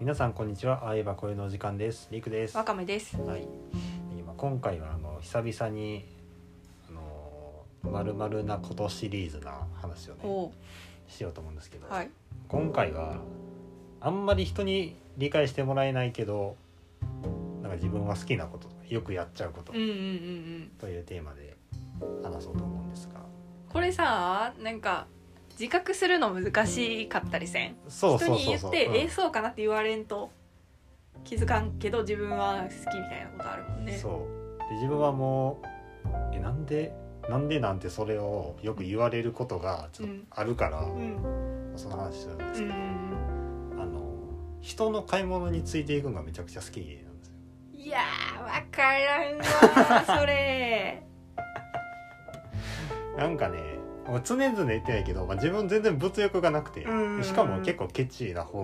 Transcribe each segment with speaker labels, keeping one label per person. Speaker 1: 皆さんこんにちは。あえば声のお時間です。りくです。
Speaker 2: わ
Speaker 1: は
Speaker 2: かめです。
Speaker 1: い。今今回はあの久々にあのまるまるなことシリーズな話をね
Speaker 2: おう
Speaker 1: しようと思うんですけど、
Speaker 2: はい。
Speaker 1: 今回はあんまり人に理解してもらえないけど、なんか自分は好きなこと、よくやっちゃうこと
Speaker 2: うんうんうんうん。
Speaker 1: というテーマで話そうと思うんですが、
Speaker 2: これさ、なんか自覚するの難しかったりせん。
Speaker 1: そうそうそうそ
Speaker 2: 人
Speaker 1: う。
Speaker 2: に言って、
Speaker 1: うん
Speaker 2: えそうかなって言われんと気づかんけど自分は好きみたいなことあるもんね。
Speaker 1: そうで自分はもうえなんでなんでなんてそれをよく言われることがちょっとあるから、
Speaker 2: うん
Speaker 1: その話するんで
Speaker 2: う
Speaker 1: すけ
Speaker 2: ん
Speaker 1: ど、あの人の買い物についていくのがめちゃくちゃ好きなんですよ。
Speaker 2: うん。いやーわからんわー それ。
Speaker 1: なんかねもう常々言ってないけど、まあ、自分全然物欲がなくて、
Speaker 2: うん
Speaker 1: しかも結構ケチな方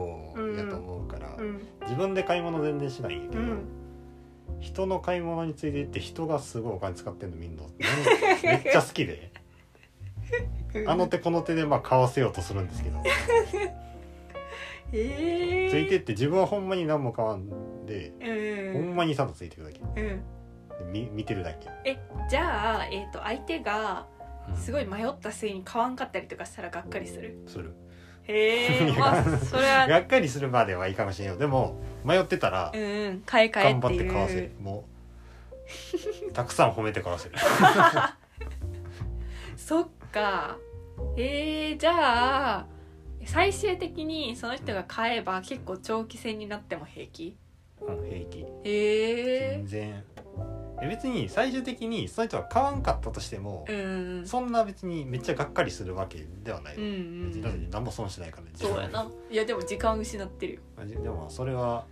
Speaker 1: やと思うから、
Speaker 2: うん
Speaker 1: 自分で買い物全然しないんやけど、
Speaker 2: うん。
Speaker 1: 人の買い物についていって人がすごいお金使ってんの見んの めっちゃ好きで。あの。手この手でまあ買わせようとするんですけど
Speaker 2: ええー。
Speaker 1: ついてって自分はほんまに何も買わんで、
Speaker 2: うん。
Speaker 1: ほんまにただついてくだけ
Speaker 2: うん。
Speaker 1: み見てるだけ、
Speaker 2: えじゃあえっ、と相手がすご
Speaker 1: い
Speaker 2: い迷った末に買わんかったりとかしたらがっかりする。
Speaker 1: する
Speaker 2: へ
Speaker 1: い
Speaker 2: え、
Speaker 1: や
Speaker 2: まあ、それは、
Speaker 1: がっかりするまではいいかもしれんよでも迷ってたら
Speaker 2: うんうん、買い替え
Speaker 1: 頑
Speaker 2: って
Speaker 1: 張っ
Speaker 2: い
Speaker 1: て
Speaker 2: う。
Speaker 1: 買わせるもうたくさん褒めて買わせる
Speaker 2: そっか。えー、じゃあ、最終的にその人が買えば結構長期戦になっても平気
Speaker 1: うん平気全
Speaker 2: へえ
Speaker 1: 然え別に最終的にその人が買わんかったとしても、
Speaker 2: ー、うん。
Speaker 1: そんな別にめっちゃがっかりするわけではない、
Speaker 2: うん
Speaker 1: 別
Speaker 2: う
Speaker 1: にだって
Speaker 2: ん。
Speaker 1: 何も損しないから自分
Speaker 2: そうやな。いや、でも時間失ってるよ。
Speaker 1: まあじでもそれは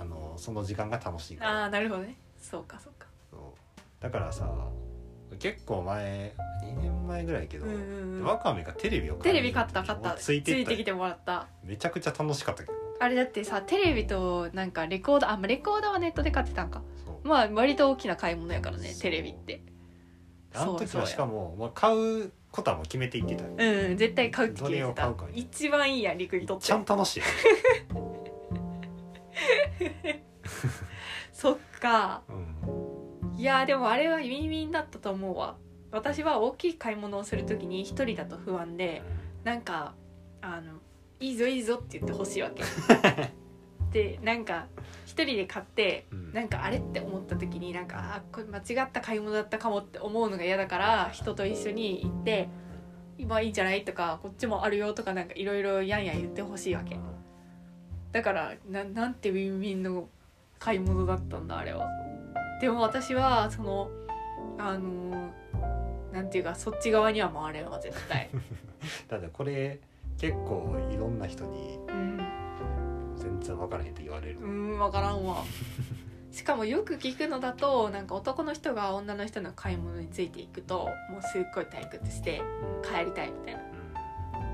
Speaker 1: あのその時間が楽しいから
Speaker 2: ああ、なるほどね。そうか、そうか。
Speaker 1: そうだからさ結構前2年前ぐらいやけど、
Speaker 2: うんうんうん
Speaker 1: ワカメがテレビを買
Speaker 2: テ
Speaker 1: いに
Speaker 2: レビ買った、買った。
Speaker 1: もうついてった
Speaker 2: きてもらった。
Speaker 1: めちゃくちゃ楽しかったけど
Speaker 2: あれだってさ、テレビとなんかレコード、あ、まあレコードはネットで買ってたんか。
Speaker 1: そう
Speaker 2: まあ、割と大きな買い物やからね
Speaker 1: そ、う
Speaker 2: テレビって。
Speaker 1: あの時はしかも、まあ、買うことはもう決めていってたよ
Speaker 2: うん絶対買うって決めて
Speaker 1: どれ
Speaker 2: た
Speaker 1: を買うか
Speaker 2: 一番いいやん陸にとって
Speaker 1: ちゃん楽しいよ、
Speaker 2: そっか
Speaker 1: うん、
Speaker 2: いやでもあれはウィンウィンだったと思うわ私は大きい買い物をするときに一人だと不安でなんかあのいいぞいいぞって言ってほしいわ けでなんか一人で買って
Speaker 1: うん
Speaker 2: なんかあれって思った時になんかあーこれ間違った買い物だったかもって思うのが嫌だから人と一緒に行って今いいんじゃないとかこっちもあるよとかなんかいろいろやんやん言ってほしいわけだからななんてウィンウィンの買い物だったんだあれはでも私はそのあのーなんていうかそっち側には回れんわ絶対
Speaker 1: だってこれ結構いろんな人に
Speaker 2: うん
Speaker 1: 全然分からへんって言われる、
Speaker 2: うん分からんわしかもよく聞くのだとなんか男の人が女の人の買い物についていくともうすっごい退屈して帰りたいみたい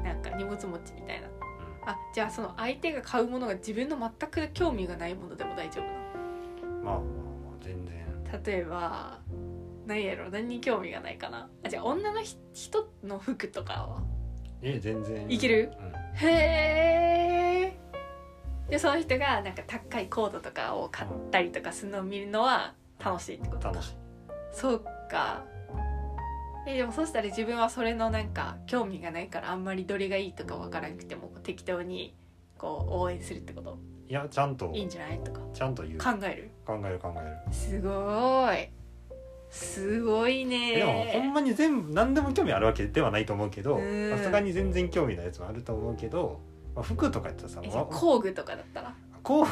Speaker 2: ななんか荷物持ちみたいなあじゃあその相手が買うものが自分の全く興味がないものでも大丈夫なの
Speaker 1: うんまあまあまあ全然
Speaker 2: 例えば何やろ何に興味がないかなあじゃあ女のひ人の服とかは
Speaker 1: え全然
Speaker 2: いける、
Speaker 1: うん
Speaker 2: へえでその人がなんか高いコードとかを買ったりとかするのを見るのは楽しいってことか
Speaker 1: 楽しい
Speaker 2: そうかえでもそしたら自分はそれのなんか興味がないからあんまりどれがいいとかわからなくてもこう適当にこう応援するってこと
Speaker 1: いやちゃんと
Speaker 2: いいんじゃないとか
Speaker 1: ちゃんと言う考
Speaker 2: 考える
Speaker 1: える考える
Speaker 2: すごーいすごいね
Speaker 1: でもほんまに全部何でも興味あるわけではないと思うけど
Speaker 2: うん
Speaker 1: さすがに全然興味ないやつもあると思うけど、まあ、服とかやったらさ
Speaker 2: えじゃあ
Speaker 1: わ
Speaker 2: 工具とかだったら
Speaker 1: 工具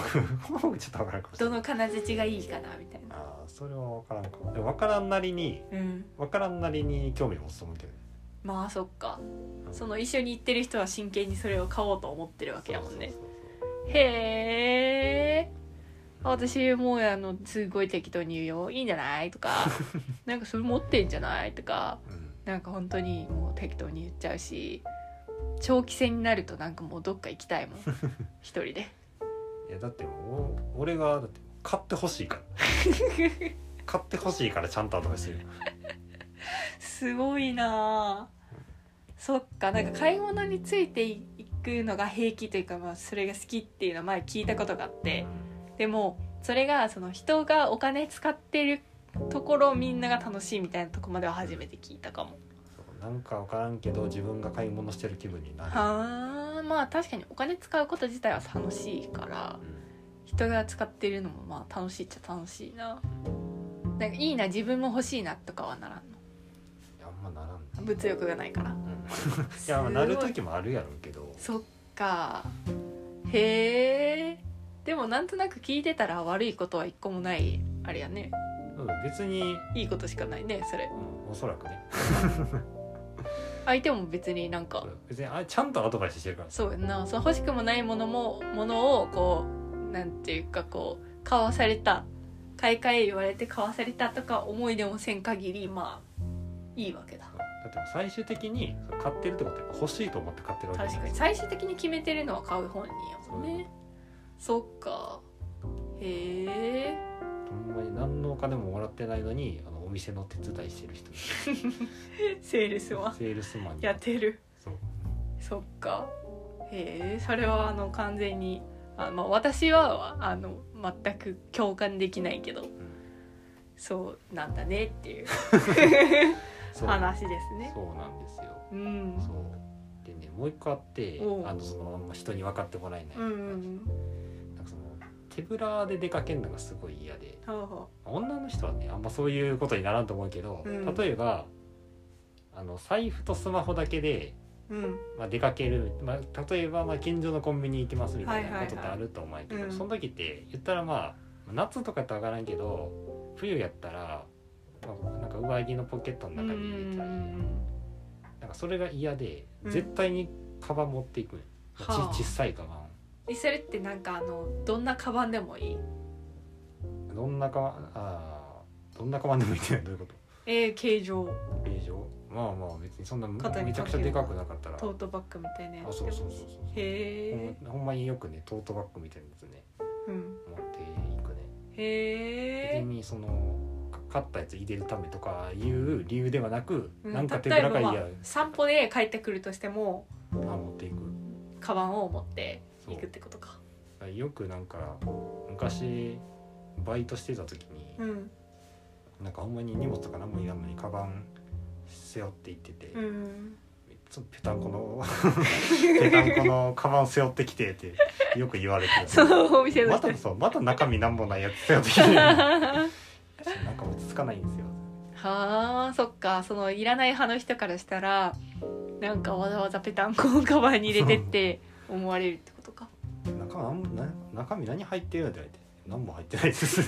Speaker 1: 工具ちょっと分からんかもしれ
Speaker 2: ど
Speaker 1: ない
Speaker 2: の金槌がいいかなみたいな
Speaker 1: あーそれは分からんかもでも分からんなりに
Speaker 2: うん
Speaker 1: 分からんなりに興味を持つと思うけど
Speaker 2: まあそっかその一緒に行ってる人は真剣にそれを買おうと思ってるわけだもんね
Speaker 1: そうそうそう
Speaker 2: へえ私もうあのすごい適当に言うよ「いいんじゃない?」とか 「なんかそれ持ってんじゃない?」とか
Speaker 1: そううん
Speaker 2: なんか本当にもう適当に言っちゃうし長期戦になるとなんかもうどっか行き たいもん一人で
Speaker 1: いやだってもう俺がだって買ってほし いから買ってほしいからちゃんとアドバイスする
Speaker 2: すごいなあそっかなんか買い物についていくのが平気というか、まあ、それが好きっていうのは前聞いたことがあってでもそれがその人がお金使ってるところをみんなが楽しいみたいなとこまでは初めて聞いたかも。
Speaker 1: そうなんか分からんけど自分が買い物してる気分になる、
Speaker 2: はあまあ確かにお金使うこと自体は楽しいから
Speaker 1: うん
Speaker 2: 人が使ってるのもまあ楽しいっちゃ楽しいななんかいいな自分も欲しいなとかはならん
Speaker 1: あんまならん
Speaker 2: の物欲がないから
Speaker 1: うん いやまあなる時もあるやろうけど
Speaker 2: そっかへえでもなんとなく聞いてたら悪いことは一個もないあれやね
Speaker 1: うん別に、
Speaker 2: いいことしかないねそれ
Speaker 1: うんおそらくね
Speaker 2: 相手も別になんか
Speaker 1: 別にあちゃんとアドバイスしてるから
Speaker 2: そうやんなそう欲しくもないものもものをこうなんていうかこう買わされた買い替え言われて買わされたとか思い出もせん限りまあいいわけだ
Speaker 1: だって最終的に買ってるってことは欲しいと思って買ってるわけ
Speaker 2: 確
Speaker 1: じゃ
Speaker 2: か
Speaker 1: ない
Speaker 2: に最終的に決めてるのは買う本人やもんねそっかへえ
Speaker 1: ほんまに何のお金ももらってないのにあのお店の手伝いしてる 人セ
Speaker 2: セールスマン
Speaker 1: ールスマンに
Speaker 2: やってる
Speaker 1: そう
Speaker 2: そっかへえそれはあの完全にあ、まあ、私はあの全く共感できないけど、そうなんだねっていう
Speaker 1: そう
Speaker 2: 話ですね。
Speaker 1: そうなんですよ
Speaker 2: うん。
Speaker 1: そうでねもう一個あって
Speaker 2: おう
Speaker 1: あのそのあんま人に分かってもらえない、
Speaker 2: うんうん
Speaker 1: なんかその手ぶらで出かけるのがすごい嫌で
Speaker 2: うん。はあは
Speaker 1: 女の人はねあんまそういうことにならんと思うけど、
Speaker 2: うん
Speaker 1: 例えばあの財布とスマホだけで、
Speaker 2: あ。うん。
Speaker 1: まあ、出かける、まあ、例えばまあ近所のコンビニ行きますみたい
Speaker 2: はいは
Speaker 1: ない
Speaker 2: はい
Speaker 1: ことってあると思うけど、
Speaker 2: うん
Speaker 1: その時って言ったらまあ夏とかやって上がらんけど冬やったら、まあ、なんか上着のポケットの中に入れたり、なんかそれが嫌で
Speaker 2: うん
Speaker 1: 絶対にカバン持っていく、まあ
Speaker 2: はあ
Speaker 1: ち小さいカバン。
Speaker 2: えそれってなんかあのどんなカバンでもいい。
Speaker 1: どんなかわあーどんなかわんでもいいってのはどういうこと
Speaker 2: えー、形状
Speaker 1: 形状まあまあ別にそんなむ
Speaker 2: 肩に
Speaker 1: めちゃくちゃでかくなかったらあそ
Speaker 2: トー
Speaker 1: う
Speaker 2: トバッグみたいなやつ。
Speaker 1: そうそうそうほ
Speaker 2: へえ。
Speaker 1: んまほんまによくねトートバッグみたいなやつね
Speaker 2: うん。
Speaker 1: 持っていくね
Speaker 2: へ
Speaker 1: 別
Speaker 2: え。
Speaker 1: にそのか買ったやつ入れるためとかいう理由ではなく、
Speaker 2: う
Speaker 1: なんか手ぶ
Speaker 2: 例え
Speaker 1: らが
Speaker 2: ば、ま
Speaker 1: 嫌
Speaker 2: あ、散歩で帰ってくるとしても
Speaker 1: あ持っていく
Speaker 2: カバンを持って
Speaker 1: そ
Speaker 2: 行くってことか。
Speaker 1: うよくなんか昔バイトしてた時に、
Speaker 2: うん。
Speaker 1: なんかほんまに荷物とか何もいらんのにカバン背負って行ってて、
Speaker 2: うん。
Speaker 1: いつもペタンコの ペタンコのカバン背負ってきてってよく言われて
Speaker 2: そのお店の
Speaker 1: ま
Speaker 2: 人
Speaker 1: た。そうまた中身なんもないやつ背負ってきてなんか落ち着かないんですよ
Speaker 2: はあそっかそのいらない派の人からしたらなんかわざわざペタンコをカバンに入れてって思われるってことか
Speaker 1: 中なんもな中身何入ってるのって言われて何も入ってないです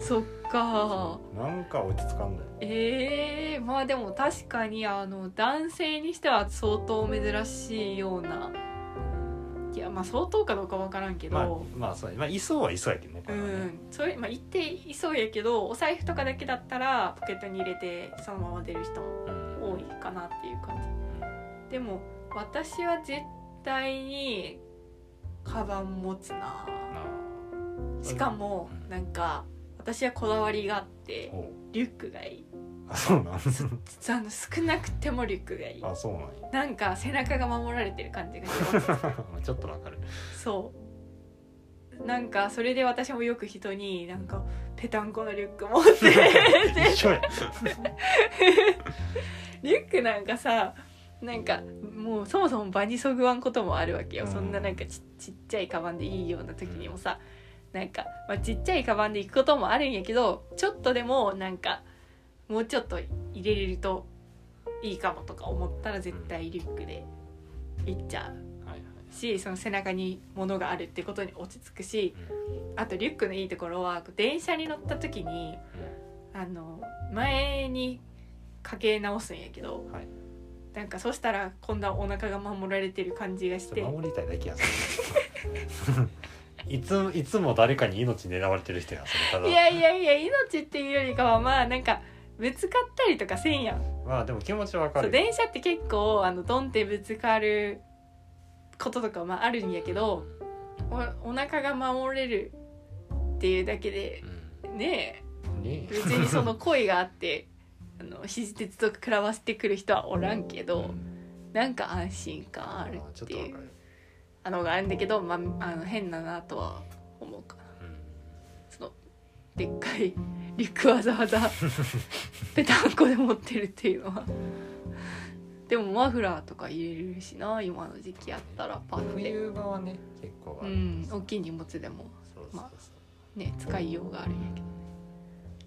Speaker 2: そっか
Speaker 1: なんか落ち着かんのよ
Speaker 2: えー、まあでも確かにあの男性にしては相当珍しいようないやまあ相当かどうかわからんけど、
Speaker 1: まあまあそうまあいそうはいそうやけどねこ
Speaker 2: う
Speaker 1: れはね、
Speaker 2: ん、それまあ言っていそうやけどお財布とかだけだったらポケットに入れてそのまま出る人も
Speaker 1: うん
Speaker 2: 多いかなっていう感じでも私は絶対にカバン持つな
Speaker 1: まあ
Speaker 2: しかも
Speaker 1: うん
Speaker 2: なんか私はこだわりがあって
Speaker 1: おう
Speaker 2: リュックがいい
Speaker 1: あそうなん
Speaker 2: あの少なくてもリュックがいい
Speaker 1: あ そうなん
Speaker 2: なんか背中が守られてる感じがし ます
Speaker 1: やちょっとわ かる
Speaker 2: そうなんかそれで私もよく人になんかペタンコのリュック持ってって
Speaker 1: 一緒や
Speaker 2: リュックなんかさなんかもうそもそも場にそぐわんこともあるわけよ、
Speaker 1: うん
Speaker 2: そんななんかちちっちゃいカバンでいいような時にもさ、なんか、まあ、ちっちゃいカバンで行くこともあるんやけどちょっとでもなんかもうちょっと入れれるといいかもとか思ったら絶対リュックで行っちゃう
Speaker 1: はいはい
Speaker 2: しその背中に物があるってことに落ち着くし
Speaker 1: うん
Speaker 2: あとリュックのいいところは電車に乗った時にあの前にかけ直すんやけど、
Speaker 1: はい
Speaker 2: なんかそしたら今度はお腹が守られてる感じがし
Speaker 1: ち
Speaker 2: て
Speaker 1: ょっと守りたいだけやそれ いついつも誰かに命狙われてる人やそれた
Speaker 2: い
Speaker 1: だ
Speaker 2: やいやいや命っていうよりかはまあなんかぶつかったりとかせんやん
Speaker 1: まあでも気持ちはわか
Speaker 2: そう
Speaker 1: る
Speaker 2: 電車って結構あのドンってぶつかることとかまああるんやけどおお腹が守れるっていうだけで
Speaker 1: う
Speaker 2: ね
Speaker 1: んね
Speaker 2: え
Speaker 1: え
Speaker 2: 別にその恋があってあの肘鉄とくらわせてくる人はおらんけど、
Speaker 1: ん
Speaker 2: なんか安心感ある
Speaker 1: ーちょっ
Speaker 2: っ
Speaker 1: てとわ
Speaker 2: いう
Speaker 1: かる、
Speaker 2: あのがあるんだけど、まあ、あの変だなとは思うかな
Speaker 1: う
Speaker 2: そのでっかいリュックわざわ ざぺたんこで持ってるっていうのはでもマフラーとか入れるしな今の時期やったらパ
Speaker 1: ん
Speaker 2: ッて
Speaker 1: 冬場はね結構あ
Speaker 2: う
Speaker 1: る
Speaker 2: ん大
Speaker 1: い
Speaker 2: きい荷物でも
Speaker 1: そうそうそう
Speaker 2: ね使いようがあるんやけどね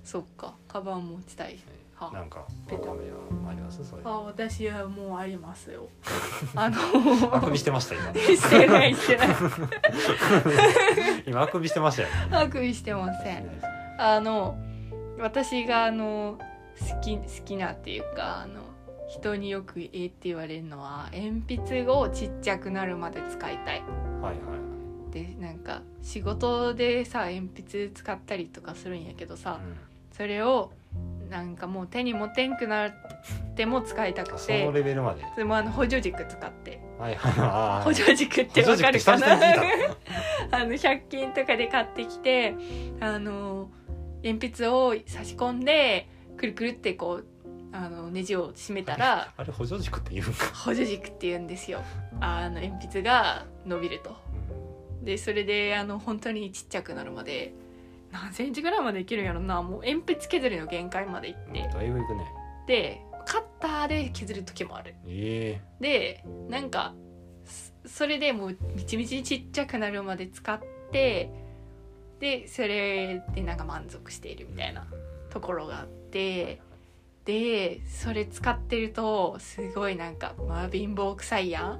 Speaker 2: そっかカバン持ちたいは
Speaker 1: なんか
Speaker 2: ペ
Speaker 1: ペ
Speaker 2: タ
Speaker 1: タメはありますそういう
Speaker 2: あ私はもうありま すよ あの
Speaker 1: あくびしてました今
Speaker 2: してないしてない
Speaker 1: 今あくびしてましたよね
Speaker 2: あくびしてませんあの私があの好き好きなっていうかあの人によく「え」って言われるのは鉛筆をちっちゃくなるまで使いたい
Speaker 1: はいはいはい
Speaker 2: でなんか仕事でさ鉛筆使ったりとかするんやけどさそれをなんかもう手に持てんくなっても使いた
Speaker 1: うん
Speaker 2: く
Speaker 1: その
Speaker 2: て
Speaker 1: レベルまで
Speaker 2: それもあの補助軸使って
Speaker 1: はいはいはい
Speaker 2: 補助軸ってわかるかな
Speaker 1: 補助軸って久々に聞い
Speaker 2: あの100均とかで買ってきてあの鉛筆を差し込んでくるくるってこうあのネジを締めたら
Speaker 1: あれ補助軸って言うんか
Speaker 2: 補助軸って言うんですよあの鉛筆が伸びるとでそれであの本当にちっちゃくなるまで何センチぐらいまでいけるんやろなもう鉛筆削りの限界までいっ
Speaker 1: うん
Speaker 2: て
Speaker 1: だいぶいくね
Speaker 2: でカッターで削る時もある
Speaker 1: え
Speaker 2: でなんかそそれでもうみちみちちっちゃくなるまで使ってでそれでなんか満足している
Speaker 1: え
Speaker 2: みたいなと
Speaker 1: こ
Speaker 2: ころがあってでそれ使ってるとすごいなんかまあ貧乏くさいやん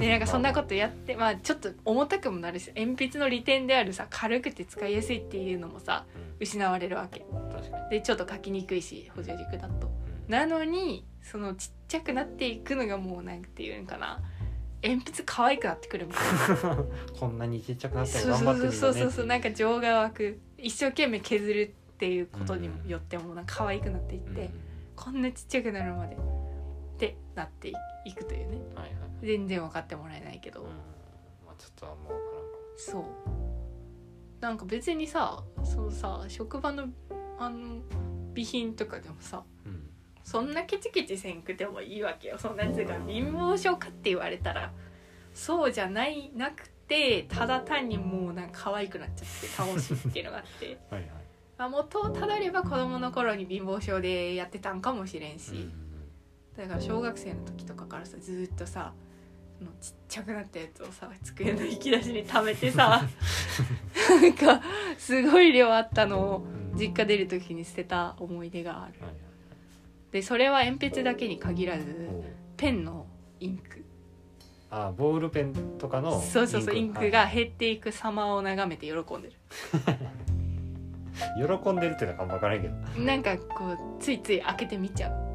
Speaker 2: でなんかそんなことやってまあちょっと重たくもなるし鉛筆の利点であるさ軽くて使いやすいっていうのもさ失われるわけ
Speaker 1: 確かに
Speaker 2: でちょっと書きにくいし補助軸だと。
Speaker 1: うん
Speaker 2: なのにそのちっちゃくなっていくのがもうなんていうんかな鉛筆可愛くなってくるみたいな
Speaker 1: こんなにちっちゃくなったら
Speaker 2: そう
Speaker 1: 頑張ってる
Speaker 2: そう
Speaker 1: よね
Speaker 2: そうそうそうなん
Speaker 1: か
Speaker 2: か情が湧く一生懸命削るっていうことによってもなんか可愛くなっていって、こんなちっちゃくなるまでってなっていくというね
Speaker 1: はいはい
Speaker 2: 全然分かってもらえないけど、
Speaker 1: うんまあちょっとあんま分からんか
Speaker 2: そうなんか別にさそのさ職場のあの備品とかでもさ
Speaker 1: うん
Speaker 2: そんなケチケチせんくてもいいわけよそんなやつが貧乏症かって言われたらそうじゃないなくてただ単にもうなんか可愛くなっちゃって楽しいっていうのがあって
Speaker 1: はいはい
Speaker 2: まあ元をたどれば子供の頃に貧乏症でやってたんかもしれんし、だから小学生の時とかからさずーっとさそのちっちゃくなったやつをさ机の引き出しに溜めてさなんかすごい量あったのを実家出る時に捨てた思い出がある。
Speaker 1: はいはい
Speaker 2: でそれは鉛筆だけに限らず
Speaker 1: おう
Speaker 2: ペンのインク
Speaker 1: あボールペンとかの
Speaker 2: そうそうそうインクが
Speaker 1: はい
Speaker 2: 減っていく様を眺めて喜んで
Speaker 1: 喜んでるっていうのか分からんけど
Speaker 2: るなんかこうついつい開けてみちゃう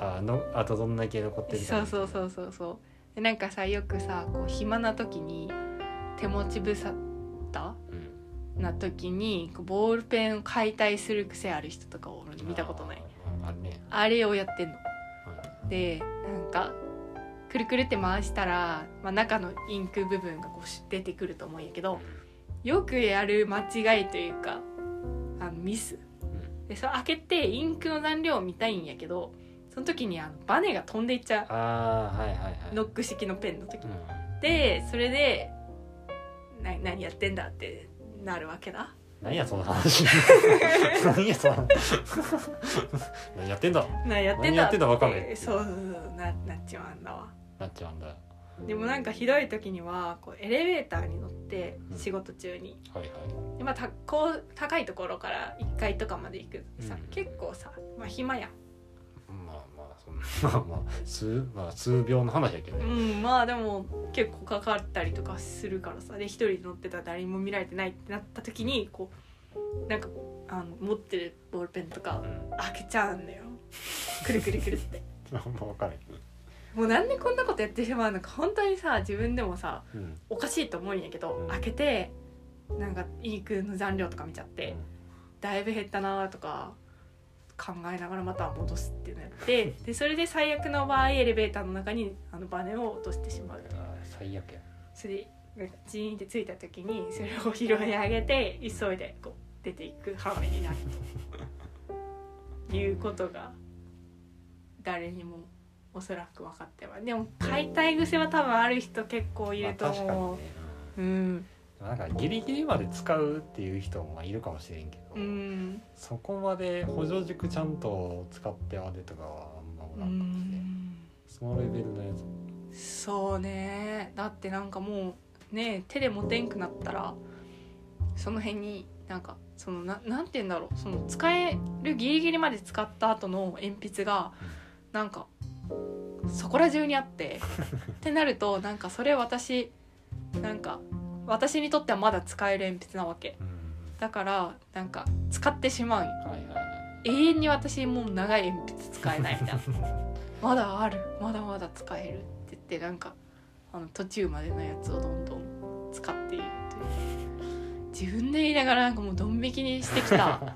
Speaker 1: あのあとどんだけ残ってるか
Speaker 2: そうそうそううそうそうでなんかさよくさこう暇な時に手持ちぶさった
Speaker 1: うん
Speaker 2: な時にこうボールペンを解体する癖ある人とかを見たことない
Speaker 1: あーあるね
Speaker 2: あれをやってんの
Speaker 1: は
Speaker 2: でなんかくるくるって回したら、まあ、中のインク部分がこうし出てくると思うんやけど
Speaker 1: い
Speaker 2: よくやる間違いというかあのミス
Speaker 1: うん
Speaker 2: でそれ開けてインクの残量を見たいんやけどその時にあのバネが飛んでいっちゃ
Speaker 1: あーはいはいはい
Speaker 2: うノック式のペンの時
Speaker 1: うん
Speaker 2: でそれでな何やってんだってなるわけだ
Speaker 1: 何やその話 何やその話 何やってんだ
Speaker 2: なやって
Speaker 1: 何
Speaker 2: んだ
Speaker 1: やってんだわかんない
Speaker 2: そうそうそうななっちまうんだわ
Speaker 1: なっちゃうんだはい
Speaker 2: でもなんかひどい時にはこうエレベーターに乗って仕事中に
Speaker 1: はい
Speaker 2: でまあ、たこう高いところから1階とかまで行くさ、
Speaker 1: うん
Speaker 2: 結構さ、まあ、暇やん
Speaker 1: まあまあそんなまあまあ数まあ数秒の話やけど
Speaker 2: う
Speaker 1: ね
Speaker 2: んまあでも結構かかったりとかするからさで一人で乗ってたら誰も見られてないってなった時にこうなんかあの持ってるボールペンとか
Speaker 1: うん
Speaker 2: 開けちゃうんだよくるくるくる って
Speaker 1: あんま分からへん
Speaker 2: もうなんでこんなことやってしまうのか本当にさ自分でもさ
Speaker 1: うん
Speaker 2: おかしいと思うんやけど、
Speaker 1: うん
Speaker 2: 開けてなんかインクの残量とか見ちゃって、だいぶ減ったなとか考えながらまた戻すってなってでそれで最悪の場合エレベーターの中にあのバネを落としてしまうと
Speaker 1: あー最悪や
Speaker 2: それでなんかジーンってついた時にそれを拾い上げて急いでこう出ていく羽目になるということが誰にもおそらく分かってはでも買いたい癖は多分ある人結構いると
Speaker 1: まあ確かに
Speaker 2: 思う、
Speaker 1: ね
Speaker 2: うん
Speaker 1: うんでもなんかギリギリまで使うっていう人もまあいるかもしれんけど、
Speaker 2: うん
Speaker 1: そこまで補助軸ちゃんと使ってまでとかはあんまお
Speaker 2: う
Speaker 1: らんかもね、
Speaker 2: ん
Speaker 1: そのレベルのやつ
Speaker 2: そうねだってなんかもうね手で持てんくなったらその辺になんかそのななんて言うんだろうその使えるギリギリまで使った後の鉛筆がなんかそこら中にあってってなるとなんかそれ私なんか私にとってはまだ使える鉛筆なわけ
Speaker 1: うん
Speaker 2: だからなんか使ってしまうよ
Speaker 1: はいはいはい
Speaker 2: 永遠に私もう長い鉛筆使えないみたいなまだあるまだまだ使えるって言ってなんかあの途中までのやつをどんどん使っているという自分で言いながらなんかもうドン引きにしてきた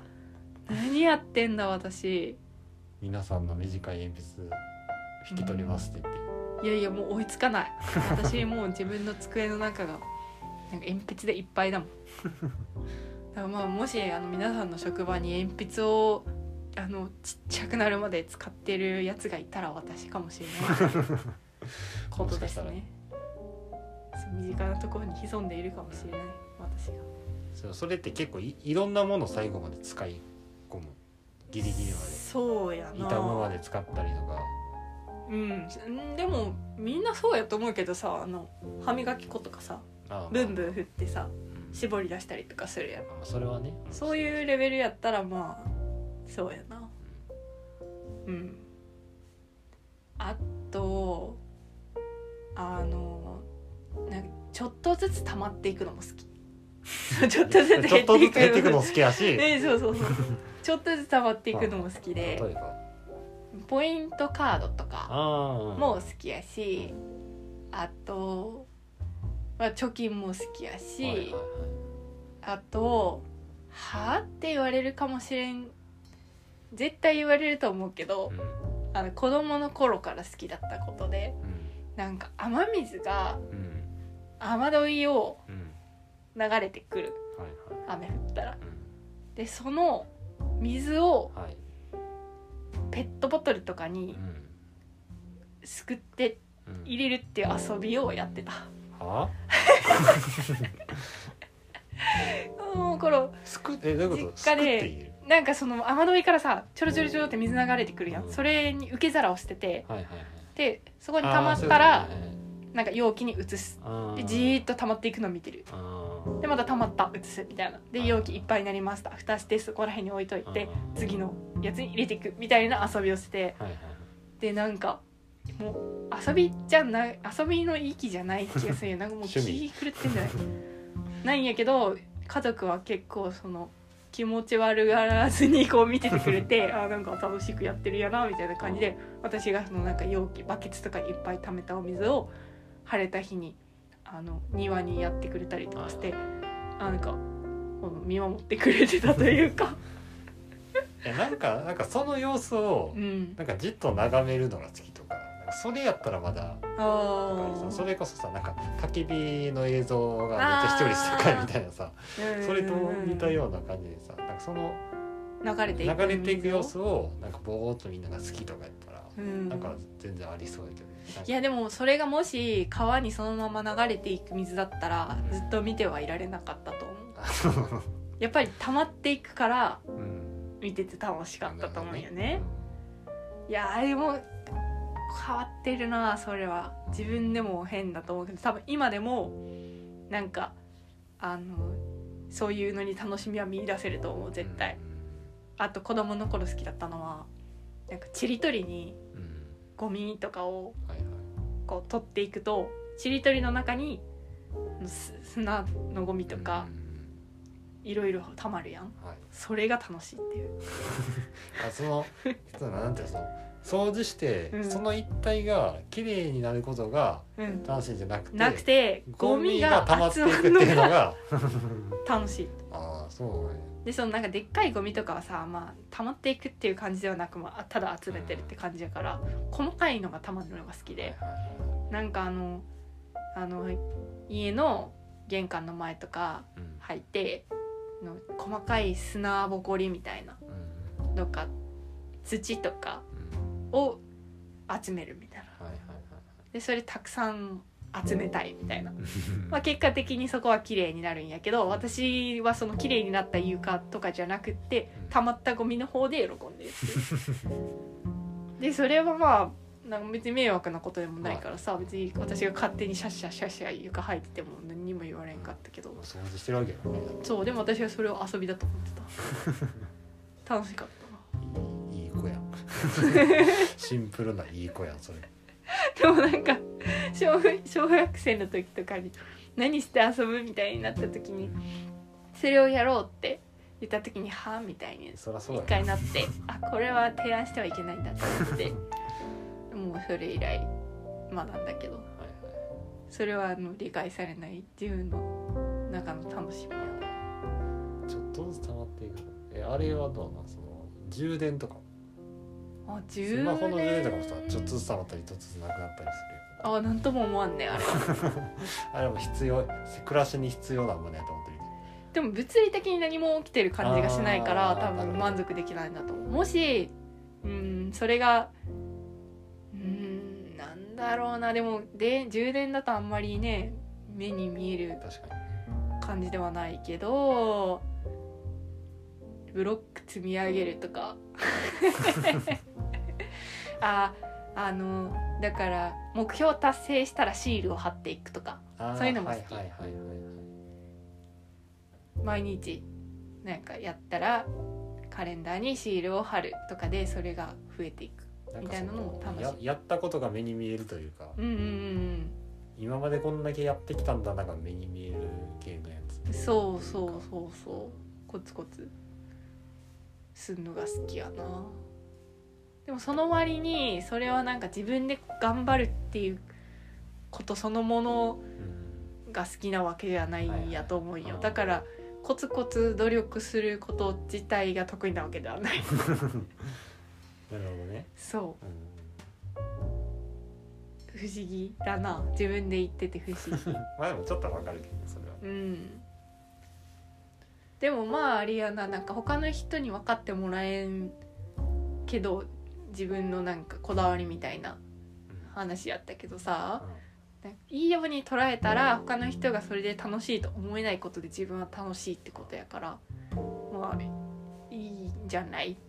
Speaker 2: 何やってんだ私
Speaker 1: 皆さんの短い鉛筆引き取りますって言って、
Speaker 2: いやいやもう追いつかない私もう自分の机の中がなんか鉛筆でいっぱ いだもんだからまあもしあの皆さんの職場に鉛筆をあのちっちゃくなるまで使ってるやつがいたら私かもし れないことですねそう身近なところに潜んでいるかもしれない私が
Speaker 1: そうそれって結構いいろんなもの最後まで使い込むギリギリま
Speaker 2: そうや
Speaker 1: で
Speaker 2: な
Speaker 1: 傷むまで使ったりとか
Speaker 2: うんんでもみんなそうやと思うけどさあの歯磨き粉とかさ
Speaker 1: ああ
Speaker 2: ブンブン振ってさ
Speaker 1: うん
Speaker 2: 絞り出したりとかするやん
Speaker 1: まあそれはね
Speaker 2: そういうレベルやったらまあそうやなうんあとあのなんかちょっとずつ溜まっていくのも好 きちょっとず
Speaker 1: ち
Speaker 2: つ
Speaker 1: ょ
Speaker 2: 減
Speaker 1: っ
Speaker 2: っ
Speaker 1: と
Speaker 2: て
Speaker 1: ず
Speaker 2: い
Speaker 1: つ減っていく
Speaker 2: くの
Speaker 1: の
Speaker 2: も
Speaker 1: 好きやし
Speaker 2: ねそうそ うそうちょっとずつ溜まっていくのも好き
Speaker 1: 例え
Speaker 2: で
Speaker 1: ば
Speaker 2: ポイントカードとか
Speaker 1: ああ
Speaker 2: も好きやしあと、まあ、貯金も好きやし、
Speaker 1: はいはいはい
Speaker 2: あと「はあ?」って言われるかもしれん絶対言われると思うけど
Speaker 1: うん
Speaker 2: あの子供の頃から好きだったことでなんか雨水が
Speaker 1: うんうん
Speaker 2: 雨どいを
Speaker 1: うん
Speaker 2: 流れてくる
Speaker 1: はいはい
Speaker 2: 雨降ったら。
Speaker 1: う
Speaker 2: でその水を
Speaker 1: んはい
Speaker 2: ペットボトルとか
Speaker 1: う
Speaker 2: に
Speaker 1: ん
Speaker 2: すくって
Speaker 1: うん
Speaker 2: 入れるっていう遊びをやってた。
Speaker 1: は
Speaker 2: もうこの
Speaker 1: すくえどういうこと
Speaker 2: 実家です
Speaker 1: くって言える
Speaker 2: なんかその雨どいからさちょろちょろちょろって水流れてくるや
Speaker 1: うんん
Speaker 2: それに受け皿をしてて
Speaker 1: はいはいはい
Speaker 2: でそこに
Speaker 1: あ
Speaker 2: 溜
Speaker 1: ー
Speaker 2: まっ
Speaker 1: そう
Speaker 2: た
Speaker 1: い
Speaker 2: ら
Speaker 1: う
Speaker 2: なんか容器に移す
Speaker 1: ことね
Speaker 2: でじーっと溜まっていくのを見てる
Speaker 1: あー
Speaker 2: でまた溜まった移すみたいなで
Speaker 1: はい
Speaker 2: 容器いっぱいになりました蓋してそこら辺に置いとい
Speaker 1: あー
Speaker 2: て次のやつに入れていくみたいな遊びをして
Speaker 1: はいはい
Speaker 2: でなんかもう遊びじゃない遊びの域じゃない気がす るよなんかもう
Speaker 1: 趣味
Speaker 2: 気狂ってんじゃないないんやけど家族は結構その気持ち悪がらずにこう見ててくれ てあーなんか楽しくやってるやなみたいな感じで私がそのなんか容器バケツとかにいっぱい溜めたお水を晴れた日にあの庭にやってくれたりとかしてあーなんかこの見守ってくれてたとい うか、
Speaker 1: いやなんかなんかその様子を
Speaker 2: うん、
Speaker 1: なんかじっと眺めるのが好きとかなんかそれやったらまだわか
Speaker 2: あ
Speaker 1: るさ
Speaker 2: あ
Speaker 1: それこそさなんか焚き火の映像がめっちゃ視聴率高いみたいなさそれと似たような感じでさなんかその
Speaker 2: 流れていく
Speaker 1: 流れていく様子をなんかぼーっとみんなが好きとかやったら
Speaker 2: うん
Speaker 1: なんか全然ありそうやけどねなんか
Speaker 2: いやでもそれがもし川にそのまま流れていく水だったらずっと見てはいられなかったと思う
Speaker 1: あ
Speaker 2: やっぱり溜まっていくから
Speaker 1: のうん
Speaker 2: 見てて楽しか ったと思うんよね
Speaker 1: うん
Speaker 2: いやあれも変わってるなそれは自分でも変だと思うけど多分今でもなんかあのそういうのに楽しみは見出せると思う絶対あと子供の頃好きだったのはなんかちりとりに
Speaker 1: うんうん
Speaker 2: ゴミとかを
Speaker 1: はいはい
Speaker 2: こう取っていくとちりとりの中にす砂のゴミとか
Speaker 1: うん
Speaker 2: いろいろたまるやん
Speaker 1: はい
Speaker 2: それが楽しいっていう
Speaker 1: あそ のそのなんていうのその掃除して、
Speaker 2: うん
Speaker 1: その一体が綺麗になることが
Speaker 2: うん
Speaker 1: 楽しいんじゃなくて
Speaker 2: なくてゴ
Speaker 1: ゴ
Speaker 2: ミ
Speaker 1: ミ
Speaker 2: が
Speaker 1: が溜まって
Speaker 2: 集
Speaker 1: い
Speaker 2: ま
Speaker 1: くって
Speaker 2: るの
Speaker 1: いうの
Speaker 2: が
Speaker 1: が
Speaker 2: 楽しい
Speaker 1: ああそうね
Speaker 2: でそのなんかでっかいゴミとかはさまあ溜まっていくっていう感じではなく、まあ、ただ集めてるって感じやから細かいのが溜まるのが好きで
Speaker 1: はいはい
Speaker 2: なんかあのあの家の玄関の前とか
Speaker 1: はいうん
Speaker 2: 入っての細かい砂ぼこりみたいな
Speaker 1: うん
Speaker 2: とか土とか
Speaker 1: うん
Speaker 2: を集めるみたいな
Speaker 1: はいはい
Speaker 2: でそれたくさん集めたいみたいな、ま
Speaker 1: は
Speaker 2: あ、
Speaker 1: い
Speaker 2: 結果的にそこは綺麗になるんやけど私はその綺麗になった床とかじゃなくって溜まったゴミの方で喜んでるっていうでそれはまあなんか別に迷惑なことでもないからさ別に私が勝手にシャッシャッシャッシャ床履いてても何にも言われんかったけど
Speaker 1: お掃除してるわけだね
Speaker 2: そうでも私はそれを遊びだと思ってた楽しかっ
Speaker 1: いいいい子や んシンプルないい子やんそれ
Speaker 2: たなでもなんか小学小学生の時とかに何して遊ぶみたいになった時にそれをやろうって言った時に「はあ?」みたいに
Speaker 1: そりゃそう
Speaker 2: 一
Speaker 1: だ
Speaker 2: 回なってあこれは提案してはいけないんだと思って もうそれ以来学んだけど
Speaker 1: はいはい
Speaker 2: それはあの理解されない自分の中の楽しみや
Speaker 1: ちょっとずつ溜まっていくえあれはどうなんその充電とか
Speaker 2: あ
Speaker 1: ス
Speaker 2: 充
Speaker 1: マホの充電とかもさ
Speaker 2: 電
Speaker 1: ちょっとずつ溜まったりちょっとずつなくなったり
Speaker 2: あなんとも思わんねあれ
Speaker 1: するよ あれも必要暮らしに必要なもんねと思ってる
Speaker 2: でも物理的に何も起きてる感じがしないから
Speaker 1: あー
Speaker 2: 多
Speaker 1: なるほ
Speaker 2: 分
Speaker 1: ど
Speaker 2: 満足できないんだと思うもしうんそれがうんなんだろうなでもで充電だとあんまりね目に見える
Speaker 1: 確か
Speaker 2: 感じではないけどブロック積み上げる とか ああのだから目標達成したらシールを貼っていくとか
Speaker 1: にあー
Speaker 2: そういうのも好き
Speaker 1: はいはいはいはい
Speaker 2: 毎日なんかやったらカレンダーにシールを貼るとかでそれが増えていく
Speaker 1: はいん
Speaker 2: み
Speaker 1: か
Speaker 2: たい
Speaker 1: そ
Speaker 2: なのも楽しい
Speaker 1: ややったことが目に見えるというか
Speaker 2: うんうんうん
Speaker 1: 今までこんだけやってきたんだなが目に見える系のやつ
Speaker 2: うんそうそうそうそうコツコツすんのが好きやなでもその割にそれはなんか自分で頑張るっていうことそのもの
Speaker 1: うん
Speaker 2: が好きなわけじゃないんやと思うよ、
Speaker 1: はいはい
Speaker 2: だからコツコツ努力すること自体が得意なわけではない
Speaker 1: なるほどね、
Speaker 2: そう
Speaker 1: うん、
Speaker 2: 不思議だな自分で言ってて不思議
Speaker 1: まあでもちょっとわかるけどねそれは
Speaker 2: うんでもまああれやななんか他の人に分かってもらえんけど自分のなんかこだわりみたいな話やったけどさなんかいいように捉えたら他の人がそれで楽しいと思えないことで自分は楽しいってことやからまあいいんじゃないって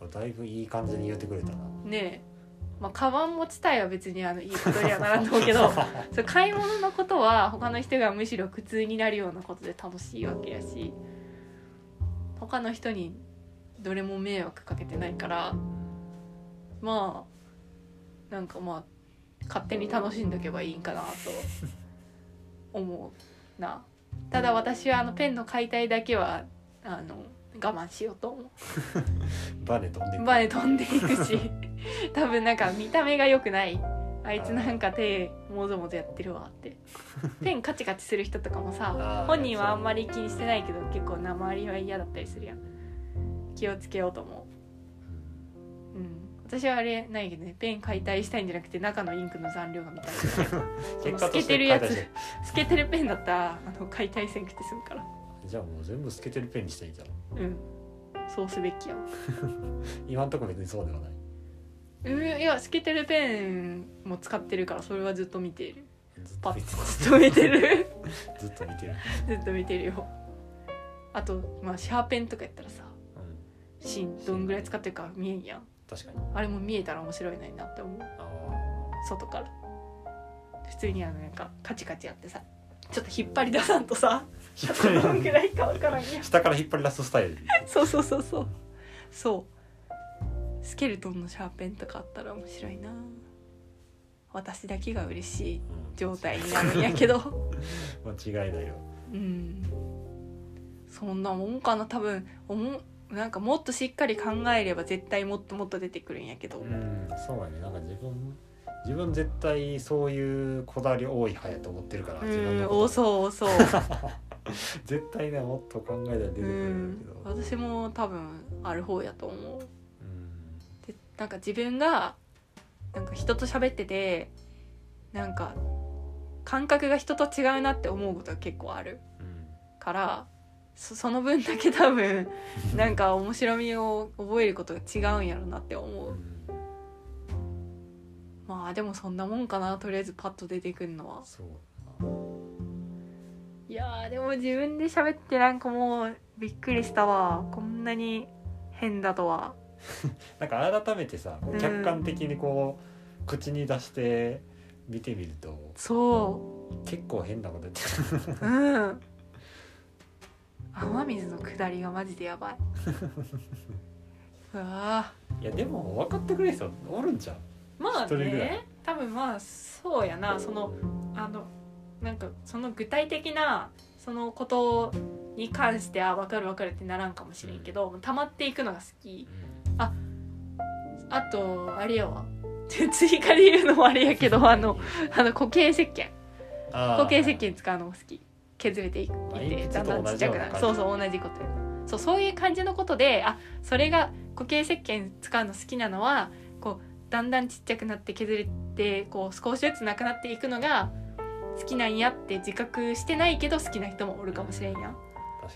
Speaker 1: うんだいぶいい感じに言ってくれたな
Speaker 2: ねえまあカバン持ちたいは別にあのいいことにはならんと思うけどそう買い物のことは他の人がむしろ苦痛になるようなことで楽しいわけやし他の人にどれも迷惑かけてないからまあなんかまあ勝手に楽しんどけばいいんかなと思うなただ私はあのペンの解体だけはあの我慢しようと思う
Speaker 1: バネ飛んでくる
Speaker 2: バネ飛んでいくし 多分なんか見た目が良くないあいつなんか手もぞもぞやってるわって ペンカチカチする人とかもさ
Speaker 1: あー
Speaker 2: 本人はあんまり気にしてないけど結構なまりは嫌だったりするやん気をつけようと思
Speaker 1: うん
Speaker 2: う、うん、私はあれないけどねペン解体したいんじゃなくて中のインクの残量が 見たいその
Speaker 1: 結果
Speaker 2: 透
Speaker 1: と
Speaker 2: け
Speaker 1: して
Speaker 2: るやつ
Speaker 1: 解体して
Speaker 2: 透けてるペンだったらあの解体せんくて済むから
Speaker 1: じゃあもう全部透けてるペンにしていいじゃん
Speaker 2: うんそうすべきや
Speaker 1: 今んとこ別にそうではない
Speaker 2: うんいや透けてるペンも使ってるからそれはずっと見ている
Speaker 1: ずっ
Speaker 2: パ
Speaker 1: と
Speaker 2: ッ
Speaker 1: 見て
Speaker 2: ずっと見てる
Speaker 1: るずっと見てる、
Speaker 2: ずっと見てる よあとまあシャーペンとかやったらさ
Speaker 1: うん、
Speaker 2: 芯どんぐらい使ってるか見えんやん
Speaker 1: 確かに
Speaker 2: あれも見えたら面白いないなって思う
Speaker 1: あ
Speaker 2: 外から普通にあのなんかカチカチやってさちょっと引っ張り出さんとさちょっとどんぐらいかわからんやん
Speaker 1: ー下から引っ張り出すスタイル
Speaker 2: そうそうそうそうそうスケルトンのシャーペンとかあったら面白いな私だけが嬉しい状態になるんやけど
Speaker 1: うん間違いないよ
Speaker 2: うんそんなもんかな多分おもなんかもっとしっかり考えれば絶対もっともっと出てくるんやけど、
Speaker 1: うんそうだねなんか自分自分絶対そういうこだわり多い派やと思ってるから
Speaker 2: う
Speaker 1: 自分
Speaker 2: ん
Speaker 1: の
Speaker 2: 多
Speaker 1: こと
Speaker 2: そう多そう
Speaker 1: 絶対ねもっと考えたら出てく
Speaker 2: う
Speaker 1: るんだ
Speaker 2: ん
Speaker 1: けどうん
Speaker 2: 私も多分ある方やと思うでなんか自分がなんか人と喋っててなんか感覚が人と違うなって思うことが結構あるからそその分だけ多分なんか面白みを覚えることが違うんやろなって思
Speaker 1: うんう
Speaker 2: うんあでもそんなもんかなとりあえずパッと出てくるのは
Speaker 1: そう
Speaker 2: いやーでも自分で喋ってなんかもうびっくりしたわこんなに変だとは
Speaker 1: なんか改めてさ
Speaker 2: うん
Speaker 1: 客観的にこう、口に出して見てみると
Speaker 2: そ
Speaker 1: 結構変なこと言 って
Speaker 2: ううん 雨水の下りがマジでやば いうわ
Speaker 1: るいやでも分かってくれる人おるんじゃん
Speaker 2: ーまあ
Speaker 1: 一人ぐら
Speaker 2: ね
Speaker 1: い
Speaker 2: 多分まあそうやなそのあのなんかその具体的なそのことに関してあ分かる分かるってならんかもしれんけど、溜まっていくのが好きあとあれやわ 追加で言うのもあれや けどあのあの固形石鹸固
Speaker 1: 固
Speaker 2: 形石鹸使うのも好き削れていって
Speaker 1: 鉛筆と
Speaker 2: だんだんちっちゃ
Speaker 1: 同じよ
Speaker 2: くなる
Speaker 1: うな感じ
Speaker 2: そうそう同じことやそうそういう感じのことであそれが固形石鹸使うの好きなのはこうだんだんちっちゃくなって削れてこう少しずつなくなっていくのが好きなんやって自覚してないけど好きな人もおるかもしれんやん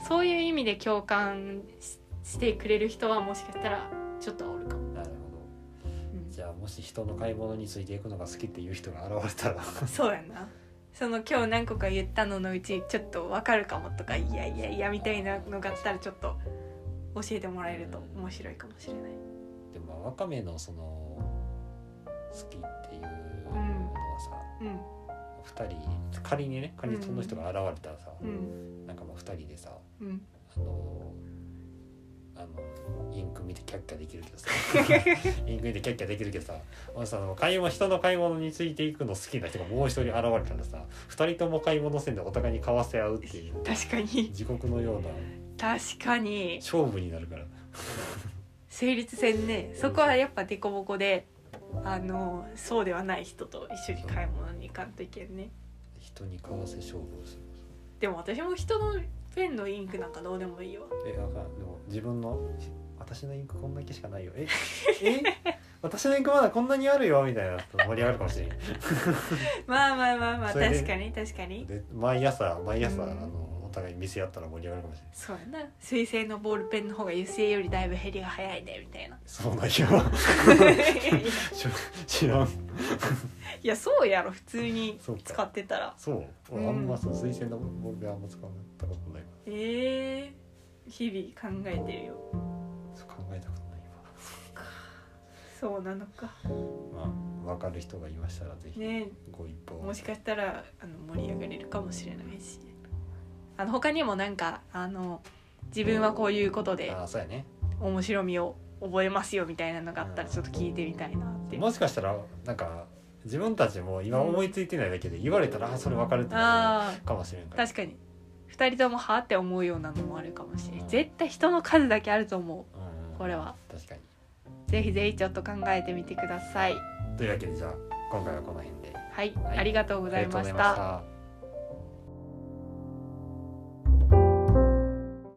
Speaker 2: そういう意味で共感ししてくれる人はもしかしたらちょっとはおるかも、
Speaker 1: なるほど
Speaker 2: うん
Speaker 1: じゃあもし人の買い物についていくのが好きっていう人が現れた ら
Speaker 2: そうやなその今日何個か言ったののうちちょっとわかるかもとかいやいやいやみたいなのがあったらちょっと教えてもらえると面白いかもしれない
Speaker 1: でもわかめのその好きっていうのはさ、
Speaker 2: うん
Speaker 1: 二人仮にね仮にその人が現れたらさ、
Speaker 2: うん
Speaker 1: なんかまあ二人でさ
Speaker 2: うん
Speaker 1: あのあのインク見てキャッキャできるけどさ インク見てキャッキャできるけどさもしさあの買い物人の買い物についていくの好きな人がもう一人現れたらさ二人とも買い物せんでお互いに買わせ合うっていう
Speaker 2: 確かに
Speaker 1: 地獄のような
Speaker 2: 確かに
Speaker 1: 勝負になるから。
Speaker 2: 成立せんねそこはやっぱデコボコであのそうではない人と一緒に買い物に行かんといけんね
Speaker 1: 人に買わせ勝負をする
Speaker 2: でも私も人のペンのインクなんかどうでもいいわ
Speaker 1: えあかんでも自分の私のインクこんだけしかないよええ私のインクまだこんなにあるよみたいな盛り上がるかもしれない
Speaker 2: まあまあまあまあ
Speaker 1: それで
Speaker 2: 確かに確かに
Speaker 1: で毎朝毎朝、
Speaker 2: うん
Speaker 1: あのお互い見せ合ったら盛り上がるかもしれない
Speaker 2: そうやな水性のボールペンの方が油性よりだいぶ減りが早いねみたいな
Speaker 1: そうなんよしょ知らん
Speaker 2: いやそうやろ普通に
Speaker 1: そうか
Speaker 2: 使ってたら
Speaker 1: そう俺あんまそう水星のボールペンあんま使わなかったことないわ
Speaker 2: えー、日々考えてるよ
Speaker 1: そう考えたことない
Speaker 2: そうなのか
Speaker 1: わまあ分かる人がいましたらぜひ
Speaker 2: ね
Speaker 1: ご一報
Speaker 2: もしかしたらあの盛り上がれるかもしれないしあの他にもなんかあの自分はこういうことで
Speaker 1: ああそうやね
Speaker 2: 面白みを覚えますよみたいなのがあったらちょっと聞いてみたいなって
Speaker 1: もしかしたらなんか自分たちも今思いついてないだけで言われたら、あそれ分かるってな
Speaker 2: ああ
Speaker 1: るかもしれんから
Speaker 2: 確かに2人ともはあって思うようなのもあるかもしれ
Speaker 1: う
Speaker 2: ない
Speaker 1: ん
Speaker 2: 絶対人の数だけあると思
Speaker 1: うん
Speaker 2: うこれは
Speaker 1: 確かに
Speaker 2: ぜひぜひちょっと考えてみてください
Speaker 1: というわけでじゃあ今回はこの辺で
Speaker 2: はい、
Speaker 1: はい
Speaker 2: ありがとう
Speaker 1: ご
Speaker 2: ございました
Speaker 1: た